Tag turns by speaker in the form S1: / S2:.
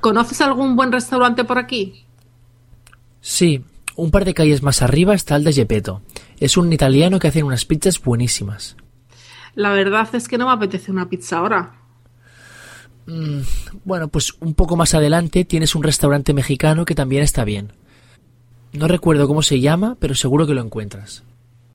S1: ¿Conoces algún buen restaurante por aquí?
S2: Sí, un par de calles más arriba está el de Gepetto. Es un italiano que hace unas pizzas buenísimas.
S1: La verdad es que no me apetece una pizza ahora.
S2: Mm, bueno, pues un poco más adelante tienes un restaurante mexicano que también está bien. No recuerdo cómo se llama, pero seguro que lo encuentras.